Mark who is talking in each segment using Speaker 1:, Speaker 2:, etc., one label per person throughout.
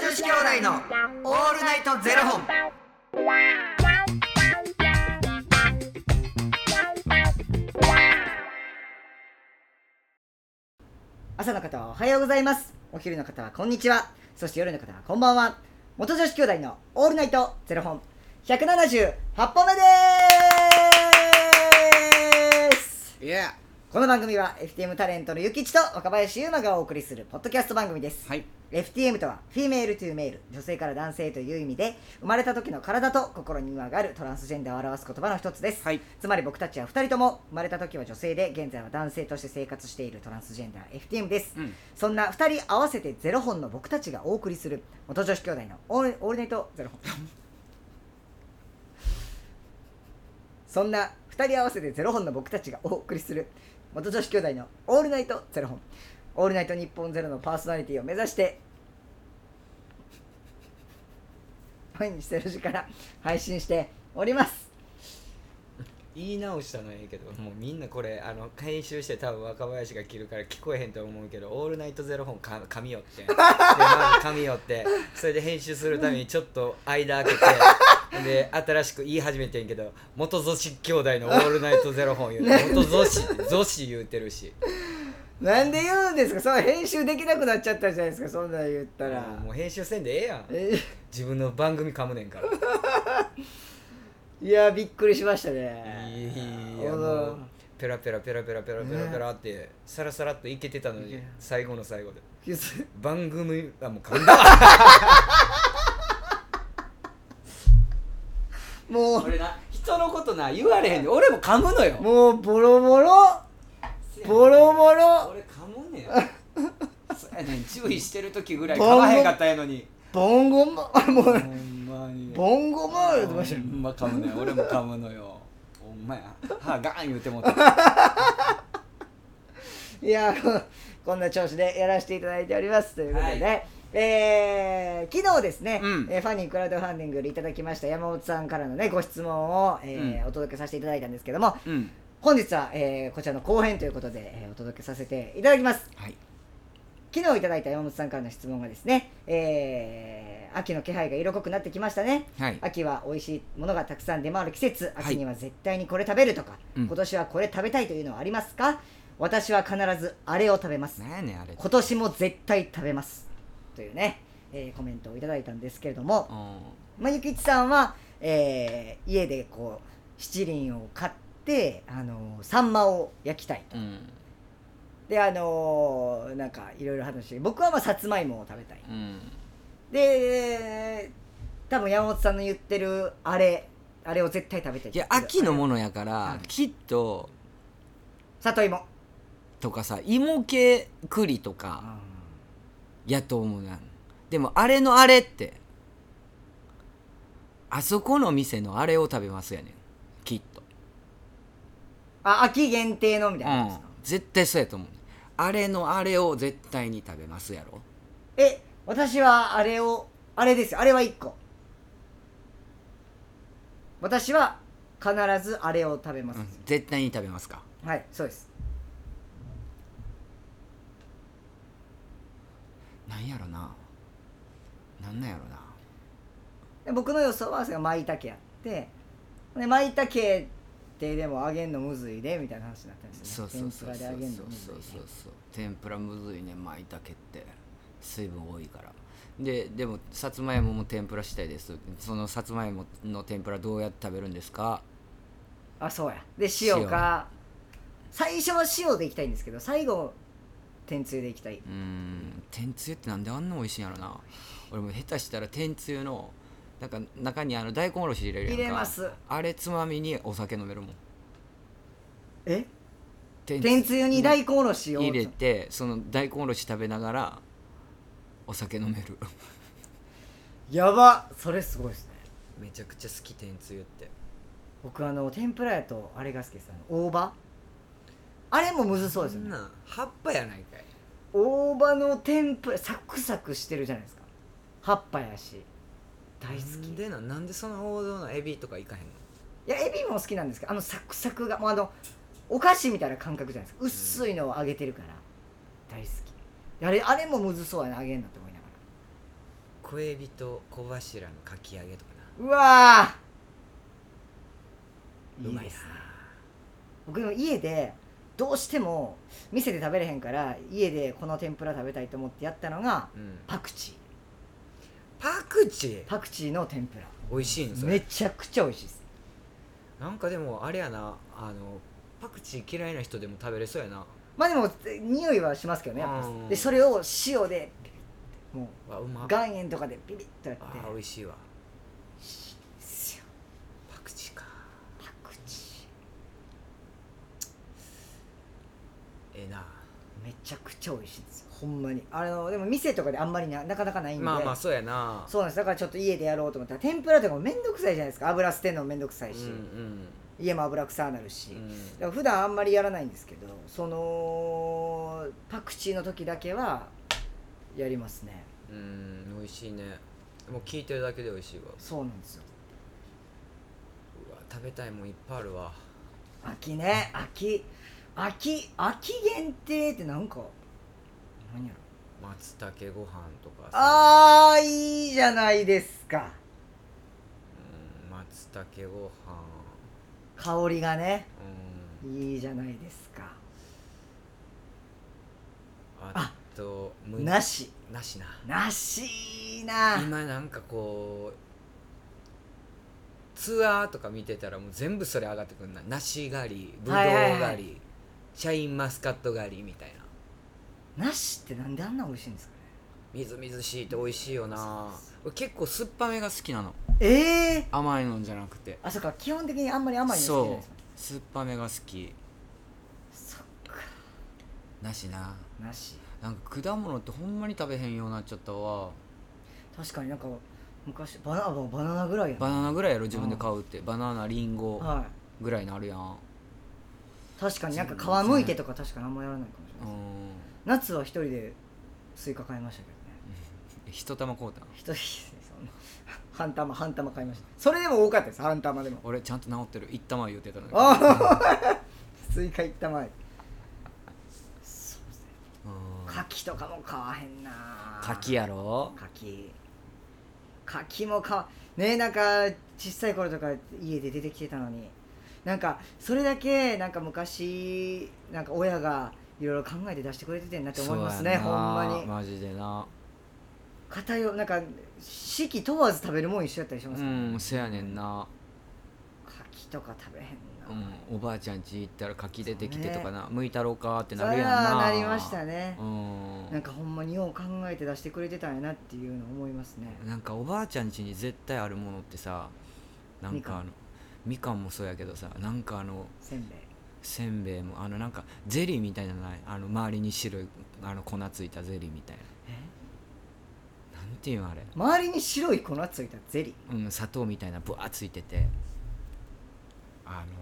Speaker 1: 子兄弟のオールナイトゼロ本。
Speaker 2: 朝の方はおはようございますお昼の方はこんにちはそして夜の方はこんばんは元女子兄弟のオールナイトゼロ本178本目です
Speaker 3: いや
Speaker 2: この番組は FTM タレントのゆきちと若林優馬がお送りするポッドキャスト番組です、
Speaker 3: はい。
Speaker 2: FTM とはフィメールトゥーメール女性から男性という意味で生まれた時の体と心に上がるトランスジェンダーを表す言葉の一つです、
Speaker 3: はい。
Speaker 2: つまり僕たちは2人とも生まれた時は女性で現在は男性として生活しているトランスジェンダー FTM です、
Speaker 3: うん
Speaker 2: そんな2人合わせてゼロ本の僕たちがお送りする元女子兄弟のオールオールナイトゼロ本そんな2人合わせてゼロ本の僕たちがお送りする元女子兄弟のオールナイトゼロ本オールナイト日本ゼロのパーソナリティを目指して毎日ゼロ時から配信しております
Speaker 3: 言い直したのはいいけど、もうみんなこれ、あの、編集して多分若林が着るから聞こえへんと思うけど、オールナイトゼロ本か噛み寄って。で、まず噛み寄って、それで編集するためにちょっと間開けて、で、新しく言い始めてんけど、元女子兄弟のオールナイトゼロ本言うて、元女子、女子言うてるし。
Speaker 2: なんで言うんですかその編集できなくなっちゃったじゃないですかそんなん言ったら
Speaker 3: もう編集せんでええやん。
Speaker 2: え
Speaker 3: 自分の番組噛むねんから。
Speaker 2: いやびっくりしましたね
Speaker 3: いい
Speaker 2: あ
Speaker 3: や
Speaker 2: の
Speaker 3: もうペラペラペラペラペラペラペラってさらさらっといけてたのに
Speaker 2: ね
Speaker 3: 最後の最後で
Speaker 2: キス
Speaker 3: 番組あもう噛んだわ
Speaker 2: も
Speaker 3: 俺な人のことな言われへんで俺も噛むのよ
Speaker 2: うもうボロボロボロボロ
Speaker 3: 俺噛むねんそうやねん注意してる時ぐらい噛まへんかったんやのに
Speaker 2: ボンゴもあ も
Speaker 3: ほ
Speaker 2: うん
Speaker 3: まに
Speaker 2: ボンゴも言ってました
Speaker 3: ほ
Speaker 2: よ
Speaker 3: んま噛むねん俺も噛むのよほんまや歯ガーン言うてもうた
Speaker 2: いや ここんな調子でやらせていただいておりますということで、
Speaker 3: は
Speaker 2: えー昨日ですね、
Speaker 3: うん
Speaker 2: えーファニークラウドファンディングよりいただきました山本さんからのねご質問を、えー
Speaker 3: うん
Speaker 2: お届けさせていただいたんですけども
Speaker 3: うん
Speaker 2: 本日は、えーこちらの後編ということで、えーお届けさせていただきます
Speaker 3: はい
Speaker 2: 昨日いただいた山本さんからの質問がですね、えー秋の気配が色濃くなってきましたね
Speaker 3: はい
Speaker 2: 秋は美味しいものがたくさん出回る季節
Speaker 3: い
Speaker 2: 秋には絶対にこれ食べるとか、
Speaker 3: うん
Speaker 2: 今年はこれ食べたいというのはありますか私は必ずあれを食べます
Speaker 3: なんやねんあれ
Speaker 2: 今年も絶対食べますというね、えーコメントをいただいたんですけれども、
Speaker 3: う
Speaker 2: まあ、ゆきちさんは、えー家でこう七輪を買ってあのーサンマを焼きたい
Speaker 3: んうん
Speaker 2: であのーなんかいろいろ話して僕はまあさつまいもを食べたい
Speaker 3: うん
Speaker 2: で多分山本さんの言ってるあれあれを絶対食べたい
Speaker 3: いや秋の
Speaker 2: も
Speaker 3: ものやから、
Speaker 2: はい
Speaker 3: きっと
Speaker 2: 里芋
Speaker 3: とかさ芋系栗とかやと思うなでもあれのあれってあそこの店のあれを食べますやねんきっと、
Speaker 2: あ秋限定のみた
Speaker 3: う
Speaker 2: いなことで
Speaker 3: ん
Speaker 2: すか、、
Speaker 3: 絶対そうやと思うあれのあれを絶対に食べますやろ
Speaker 2: え私はあれをあれですよあれは1個私は必ずあれを食べます、
Speaker 3: うん絶対に食べますか
Speaker 2: はいそうです
Speaker 3: なんやろななんなんやろな
Speaker 2: で僕の予想はそれが舞茸やってで舞茸ってでも揚げんのむずいでみたいな話になったんです
Speaker 3: そ
Speaker 2: よ
Speaker 3: う
Speaker 2: ね
Speaker 3: そうそ
Speaker 2: 天ぷ
Speaker 3: うそうそう
Speaker 2: らで揚げん
Speaker 3: そ
Speaker 2: の
Speaker 3: う
Speaker 2: むずい
Speaker 3: そう
Speaker 2: ね
Speaker 3: そう天ぷらむずいねまいたけって水分多いからででもさつまいもも天ぷらしたいですそのさつまいもの天ぷらどうやって食べるんですか
Speaker 2: あそうやで塩か最初は塩でいきたいんですけど最後天つゆでいきたいう
Speaker 3: ーん天つゆってなんであんな美味しいんやろな俺も下手したら天つゆのなんか中にあの大根おろし入れるやんか
Speaker 2: 入れます
Speaker 3: あれつまみにお酒飲めるもん
Speaker 2: え
Speaker 3: 天
Speaker 2: 天つゆに大根おろしを
Speaker 3: 入れてその大根おろし食べながらお酒飲め る
Speaker 2: やばそれすごいですね
Speaker 3: めちゃくちゃ好き天つゆって
Speaker 2: 僕あの天ぷらやとあれが好きですあの大葉あれもむずそうですよね
Speaker 3: な葉っぱやないかい
Speaker 2: 大葉の天ぷらサクサクしてるじゃないですか葉っぱやし大好きい
Speaker 3: でななんでその王道のエビとかいかへんの
Speaker 2: やエビも好きなんですけどあのサクサクがもうあのお菓子みたいな感覚じゃないですか薄いのを揚げてるから大好きあれあれもむずそうやな揚げんなって思いなが
Speaker 3: 小エビと小柱のかき揚げとか
Speaker 2: うわ
Speaker 3: な
Speaker 2: ー
Speaker 3: うまいな
Speaker 2: ですね僕でも家でどうしても店で食べれへんから家でこの天ぷら食べたいと思ってやったのが
Speaker 3: うん、
Speaker 2: パクチー
Speaker 3: パクチー
Speaker 2: パクチーの天ぷら
Speaker 3: 美味しいんそ
Speaker 2: め
Speaker 3: れ
Speaker 2: ちゃくちゃ美味しいです
Speaker 3: なんかでもあれやなあのパクチー嫌いな人でも食べれそうやな
Speaker 2: まあでも匂いはしますけどねやっぱ
Speaker 3: うん
Speaker 2: でそれを塩でも
Speaker 3: わうま
Speaker 2: う
Speaker 3: っ
Speaker 2: 岩塩とかでビビッとやって
Speaker 3: あー美味しいわ
Speaker 2: ですよ
Speaker 3: パクチーか
Speaker 2: パクチ
Speaker 3: ええな
Speaker 2: ーめちゃくちゃ美味しいんですよほんまにあのでも店とかであんまりななかなかないんで、
Speaker 3: まあまあそうやな
Speaker 2: そうなんですだからちょっと家でやろうと思ったら天ぷらとかもめんどくさいじゃないですか油捨てるのもめんどくさいし、
Speaker 3: うん
Speaker 2: 家も油臭くなるし、
Speaker 3: うん、う
Speaker 2: だ
Speaker 3: ん
Speaker 2: から普段あんまりやらないんですけどそのパクチーの時だけはやりますね
Speaker 3: うん美味しいねもう聞いてるだけで美味しいわ
Speaker 2: そうなんですよ
Speaker 3: うわ食べたいもんいっぱいあるわ
Speaker 2: 秋ね秋秋秋限定ってなんか何やろ
Speaker 3: 松茸ご飯とかさ
Speaker 2: あーいいじゃないですか
Speaker 3: うん松茸ご飯
Speaker 2: 香りがね
Speaker 3: うん
Speaker 2: いいじゃないですか
Speaker 3: あとむ
Speaker 2: なし
Speaker 3: なしな
Speaker 2: なしいな
Speaker 3: 今なんかこうツアーとか見てたらもう全部それ上がってくるな梨狩りぶどう
Speaker 2: はい
Speaker 3: 狩り、
Speaker 2: はいはい
Speaker 3: シャインマスカット狩りみたいな
Speaker 2: なしってなんであんな美味しいんですかね
Speaker 3: みずみずしいって美味しいよな俺結構酸っぱめが好きなの
Speaker 2: ええー、
Speaker 3: 甘いのじゃなくて
Speaker 2: あそっか基本的にあんまり甘いの好きじゃないですか
Speaker 3: そう酸っぱめが好き
Speaker 2: そっか
Speaker 3: なしな
Speaker 2: なし
Speaker 3: なんか果物ってほんまに食べへんようになっちゃったわ
Speaker 2: 確かになんか昔バナナバナナぐらいや
Speaker 3: バナナぐらいやろ自分で買うってバナナリンゴ
Speaker 2: ナはい
Speaker 3: ぐらいになるやん
Speaker 2: 確かになんか皮むいてとか確かにあんまやらないかもしれ
Speaker 3: う
Speaker 2: ない、
Speaker 3: ん
Speaker 2: 夏は一人でスイカ買いましたけどね
Speaker 3: 一玉買うたん
Speaker 2: 一人でその 半玉半玉買いましたそれでも多かったです半玉でも
Speaker 3: 俺ちゃんと治ってる一玉言うてたのに
Speaker 2: ああ スイカ一玉そうですね
Speaker 3: うん
Speaker 2: 柿とかも買わへんな
Speaker 3: 柿やろ
Speaker 2: 柿柿もかねえなんか小さい頃とか家で出てきてたのになんかそれだけなんか昔なんか親がいろいろ考えて出してくれててんなって思いますね
Speaker 3: そう
Speaker 2: ほ
Speaker 3: や
Speaker 2: ん
Speaker 3: な
Speaker 2: まに
Speaker 3: マジでな
Speaker 2: 偏なんか四季問わず食べるもん一緒やったりしますか
Speaker 3: う
Speaker 2: らね
Speaker 3: んせやねんな、
Speaker 2: 柿とか食べへんな、
Speaker 3: うん、おばあちゃん家行ったら柿出てきてとかな、むいたろうかって
Speaker 2: そ
Speaker 3: なる
Speaker 2: れ
Speaker 3: やんな
Speaker 2: はなりましたね
Speaker 3: う、ん
Speaker 2: なんかほんまによう考えて出してくれてたんやなっていうの思いますね、
Speaker 3: なんかおばあちゃん家に絶対あるものってさなんかあのみかんもそうやけどさなんかあの
Speaker 2: せんべい
Speaker 3: せんべいもあのなんかゼリーみたいなのないあの周りに白いあの粉ついたゼリーみたいななんていうんあれ
Speaker 2: 周りに白い粉ついたゼリー
Speaker 3: うん、砂糖みたいなぶわついててあの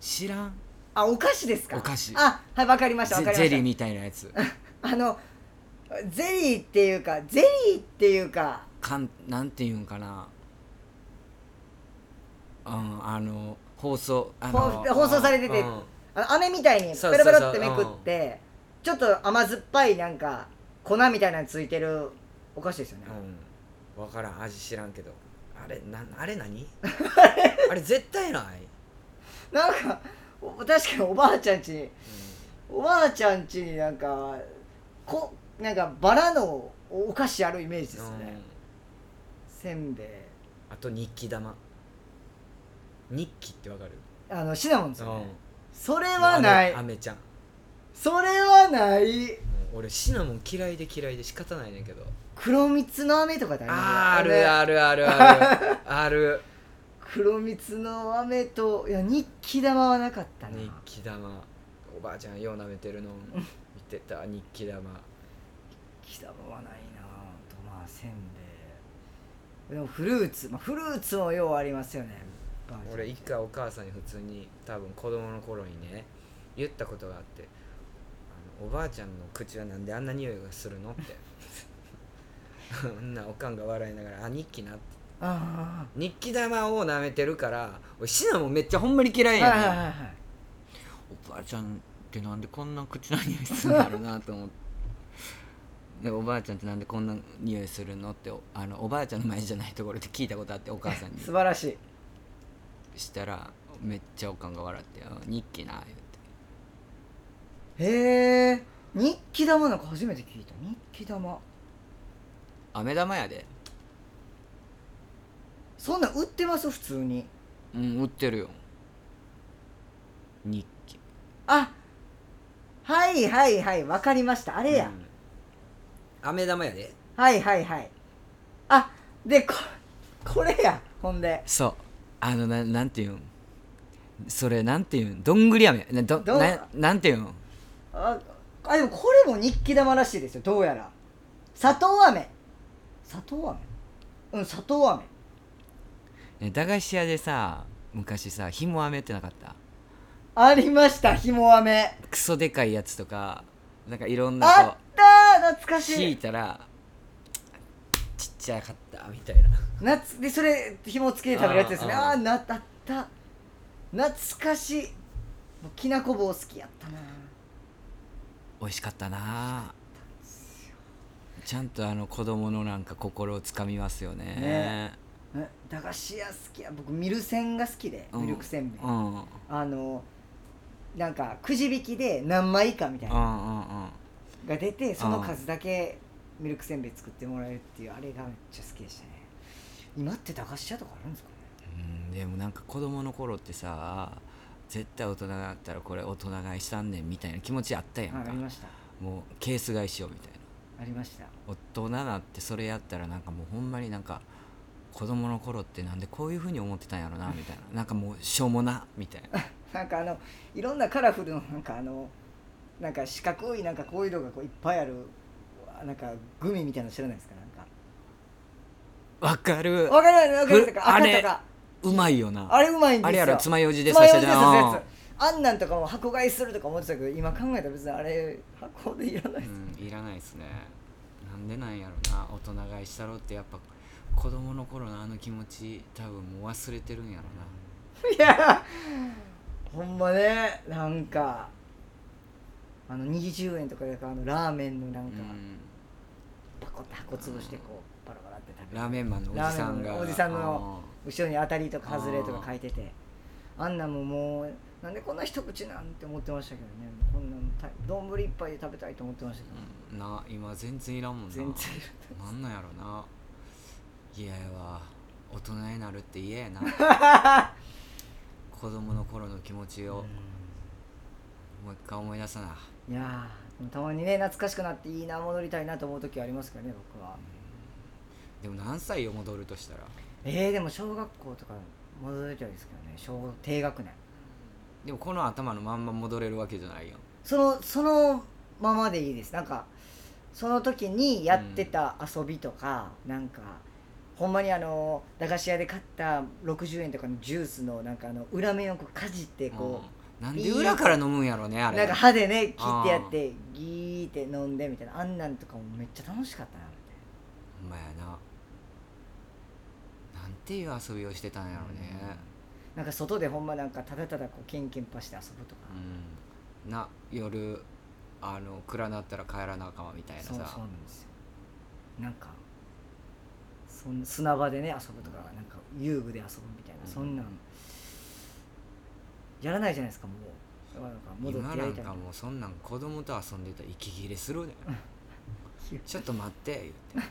Speaker 3: 知らん
Speaker 2: あお菓子ですか
Speaker 3: お菓子
Speaker 2: あはいわかりましたわかりま
Speaker 3: ゼゼ
Speaker 2: した
Speaker 3: リーみたいなやつ
Speaker 2: あのゼリーっていうかゼリーっていうか
Speaker 3: かんなんていうんかなうんあの放送あの
Speaker 2: ほ放送されてて
Speaker 3: うん
Speaker 2: あの飴みたいにペ
Speaker 3: そう
Speaker 2: ロペ
Speaker 3: そ
Speaker 2: ロ
Speaker 3: う
Speaker 2: っ
Speaker 3: そ
Speaker 2: て
Speaker 3: う
Speaker 2: めくってちょっと甘酸っぱいなんか粉みたいなのついてるお菓子ですよね、
Speaker 3: うん、分からん味知らんけどあれなあ れ何あれ絶対ない、
Speaker 2: なんかお確かにおばあちゃんちにおばあちゃんちになんかこなんかバラのお菓子あるイメージです
Speaker 3: うん
Speaker 2: ね、せんべい
Speaker 3: あと日記玉日記ってわかる
Speaker 2: あのシナモンですよね、それ
Speaker 3: うん
Speaker 2: はない
Speaker 3: あめあめちゃん
Speaker 2: それはない
Speaker 3: もう俺シナモン嫌いで嫌いで仕方ないねんけど
Speaker 2: 黒蜜の飴とかだ
Speaker 3: あーあるあるあるある ある
Speaker 2: 黒蜜の飴といや日記玉はなかったな
Speaker 3: 日記玉おばあちゃんよう舐めてるの見てた日記玉
Speaker 2: 日記玉はないなあとまあせんべいでもフルーツ、まあ、フルーツもようありますよねばあちゃん
Speaker 3: 俺一回お母さんに普通に多分子供の頃にね言ったことがあってあの「おばあちゃんの口はなんであんな匂いがするの?」って そんなおかんが笑いながら「あ日記な」って
Speaker 2: あ
Speaker 3: 日記玉を舐めてるから俺シナモンめっちゃほんまに嫌
Speaker 2: あ
Speaker 3: い
Speaker 2: はい
Speaker 3: や
Speaker 2: はい
Speaker 3: ねん、
Speaker 2: はいはい
Speaker 3: おばあちゃんってなんでこんな口の匂いするんだろうなと思ってでおばあちゃんってなんでこんな匂いするのっておあのおばあちゃんの前じゃないところで聞いたことあってお母さんに
Speaker 2: 素晴らしい
Speaker 3: したらめっちゃおかんが笑って「日記な」言って
Speaker 2: へえ日記玉なんか初めて聞いた日記玉
Speaker 3: 「飴玉やで」
Speaker 2: そんなん売ってます普通に
Speaker 3: うん売ってるよ 日記
Speaker 2: あはいはいはいわかりましたあれや、
Speaker 3: うん飴玉やで
Speaker 2: はいはいはいあでここれやほんで
Speaker 3: そうあのななんていうんそれなんていうんどんぐり飴など
Speaker 2: どん
Speaker 3: ななんていうん
Speaker 2: ああでもこれも日記玉らしいですよどうやら砂糖飴砂糖飴うん砂糖飴
Speaker 3: ね駄菓子屋でさ昔さひも飴ってなかった
Speaker 2: ありましたひも飴
Speaker 3: クソでかいやつとかなんかいろんな
Speaker 2: あっ
Speaker 3: こ
Speaker 2: たー懐
Speaker 3: う
Speaker 2: か
Speaker 3: 敷
Speaker 2: し
Speaker 3: い
Speaker 2: い
Speaker 3: たらちっちゃかったみたいな
Speaker 2: 夏でそれ紐つけて食べるやつですね
Speaker 3: あー
Speaker 2: あ
Speaker 3: あー
Speaker 2: あーなあった懐かしいもうきなこ棒好きやったな
Speaker 3: 美味しかったなちゃんとあの子供のなんか心をつかみますよね
Speaker 2: ねえ駄菓子屋好きや僕ミルセンが好きで
Speaker 3: うん
Speaker 2: ミルクせんべい、
Speaker 3: うんうん
Speaker 2: あのなんかくじ引きで何枚以下みたい
Speaker 3: うんう
Speaker 2: なの
Speaker 3: ん
Speaker 2: が出てその数だけミルクせんべい作ってもらえるっていうあれがめっちゃ好きでしたね今って駄菓子屋とかあるんですかね
Speaker 3: うんでもなんか子供の頃ってさ絶対大人になったらこれ大人買いしたんねんみたいな気持ちあったやん
Speaker 2: あ
Speaker 3: か
Speaker 2: ありました
Speaker 3: もうケース買いしようみたいな
Speaker 2: ありました
Speaker 3: 大人なってそれやったらなんかもうほんまになんか子供の頃ってなんでこういうふうに思ってたんや ろなみたいななんかもうしょうもなみたいな
Speaker 2: なんかあのいろんなカラフルのなんかあのなんか四角いなんかこういうのがこういっぱいあるなんかグミみたいなの知らないですかなんか
Speaker 3: わ かる
Speaker 2: わかるわかると
Speaker 3: ふ
Speaker 2: か
Speaker 3: あ
Speaker 2: 赤
Speaker 3: れ
Speaker 2: とか
Speaker 3: うまいよな
Speaker 2: あれうまいんですよ
Speaker 3: あれやろ爪楊枝で
Speaker 2: つま
Speaker 3: 刺し
Speaker 2: ようじ
Speaker 3: たじ
Speaker 2: で刺
Speaker 3: ゃ
Speaker 2: す
Speaker 3: ん
Speaker 2: やつあんなんとかも箱買いするとか思ってたけど今考えたら別にあれ箱でいらないです、
Speaker 3: うんいらないですねなんでなんやろな大人買いしたろってやっぱ子供の頃のあの気持ち多分もう忘れてるんやろない
Speaker 2: やほんまねなんかあの20円とかであのラーメンのなんか
Speaker 3: う
Speaker 2: パコって箱潰してこうバラバラって食べ
Speaker 3: ん
Speaker 2: る
Speaker 3: ラーメンマンのおじさ
Speaker 2: ラーメン
Speaker 3: ん
Speaker 2: マン
Speaker 3: が
Speaker 2: のおじさんの後ろに当たりとか外れとか書いててあんなんももうなんでこんな一口なんて思ってましたけどねこんなんた丼一杯で食べたいと思ってましたけど
Speaker 3: うんな今全然いらんもんな
Speaker 2: 全然
Speaker 3: なんなんやろな嫌やわ大人になるって嫌やな 子供の頃の気持ちをもう一回思い出さない
Speaker 2: やーでもたまにね懐かしくなっていいな戻りたいなと思う時はありますからね僕は
Speaker 3: でも何歳を戻るとしたら
Speaker 2: えー、でも小学校とか戻りたいですけどね小学低学年
Speaker 3: でもこの頭のまんま戻れるわけじゃないよ
Speaker 2: そのそのままでいいですなんかその時にやってた遊びとか、なんかほんまにあの駄菓子屋で買った60円とかのジュースのなんかあの裏面をこうかじってこ
Speaker 3: うんなんで裏から飲むんやろ
Speaker 2: う、
Speaker 3: ねあれ
Speaker 2: なんか歯でね切ってやってギーって飲んでみたいなあんなんとかもめっちゃ楽しかったなみたいな
Speaker 3: ほんまやななんていう遊びをしてたんやろね
Speaker 2: なんか外でほんまなんかただただこうケンケンパして遊ぶとか、
Speaker 3: うんな夜あの暗なったら帰らなあかんわみたいなさ
Speaker 2: そうそうなんですよなんかそん砂場でね遊ぶとかなんか遊具で遊ぶみたいな、
Speaker 3: うん
Speaker 2: そんなんやらないじゃないですかもうだからなんか戻っ
Speaker 3: 今
Speaker 2: て
Speaker 3: な
Speaker 2: やり
Speaker 3: ん
Speaker 2: たい
Speaker 3: かもうそんなん子供と遊んでたら息切れ するねちょっと待って言っ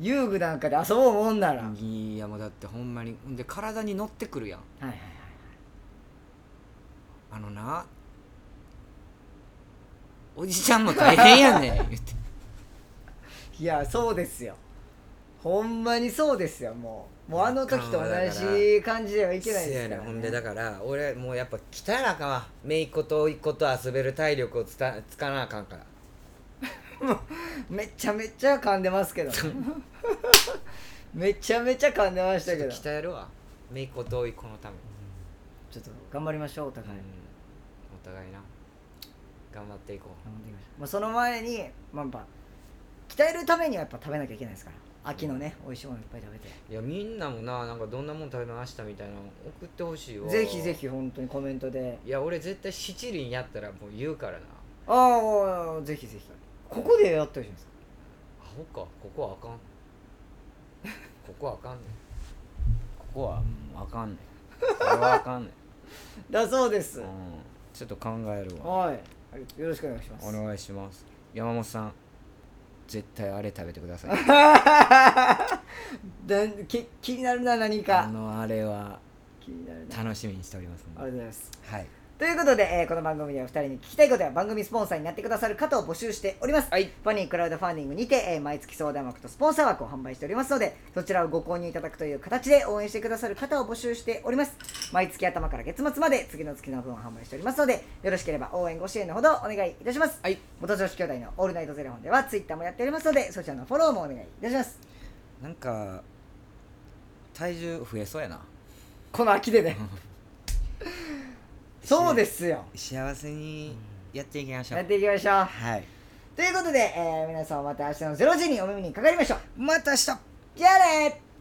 Speaker 2: 遊具なんかで遊ぼうもんなら、はい
Speaker 3: ていやもうだってほんまにほんで体に乗ってくるやん
Speaker 2: はいはい
Speaker 3: あのなおじちゃんも大変やねん言って
Speaker 2: いやそうですよほんまにそうですよもうもうあの時と同じ感じではいけないですから、
Speaker 3: せやね
Speaker 2: ね、
Speaker 3: ほんでだから俺もうやっぱ鍛えなあかんわ姪っ子と甥っ子と遊べる体力をつたつかなあかんから
Speaker 2: めちゃめちゃ噛んでます けどねめちゃめちゃ噛んでまし
Speaker 3: ちょ
Speaker 2: た
Speaker 3: っ
Speaker 2: け
Speaker 3: と
Speaker 2: ど
Speaker 3: 鍛えるわ姪っ子と甥っ子のために、
Speaker 2: ちょっと頑張りましょうお互い、
Speaker 3: うんお互いな頑張っていこう
Speaker 2: 頑張っていきましょうまあ、その前に、まあ、やっぱ鍛えるためにはやっぱ食べなきゃいけないですから秋のね、美味しいものいっぱい食べて
Speaker 3: いやみんなもななんかどんなもん食べましたみたいなの送ってほしいわ
Speaker 2: ぜひぜひ本当にコメントで
Speaker 3: いや俺絶対七輪やったらもう言うからな
Speaker 2: ああぜひぜひここでやったりしますか
Speaker 3: ほかここはあかんここはあかんねんここはもうあかんねんこれはあかんねん、
Speaker 2: だそうです、
Speaker 3: うん、ちょっと考えるわ
Speaker 2: はいよろしくお願いします
Speaker 3: お願いします山本さん絶対あれ食べてください
Speaker 2: だ気気になるな何
Speaker 3: あ
Speaker 2: か
Speaker 3: のあれは
Speaker 2: 気になるなあ
Speaker 3: 楽しみにしております
Speaker 2: りがとうございます
Speaker 3: はい
Speaker 2: ということで、えーこの番組では2人に聞きたいことや番組スポンサーになってくださる方を募集しております、
Speaker 3: はい
Speaker 2: ファニークラウドファンディングにて、えー毎月相談枠とスポンサー枠を販売しておりますのでそちらをご購入いただくという形で応援してくださる方を募集しております毎月頭から月末まで次の月の分を販売しておりますのでよろしければ応援ご支援のほどお願いいたします、
Speaker 3: はい
Speaker 2: 元女子兄弟のオールナイトゼロ本ではツイッターもやっておりますのでそちらのフォローもお願いいたします
Speaker 3: なんか体重増えそうやな
Speaker 2: この秋で ねそうですよ
Speaker 3: 幸せにやっていきましょう、
Speaker 2: やっていきましょう
Speaker 3: はい
Speaker 2: ということで、えー皆さんまた明日の0時にお耳にかかりましょう。
Speaker 3: また明日
Speaker 2: じゃあねー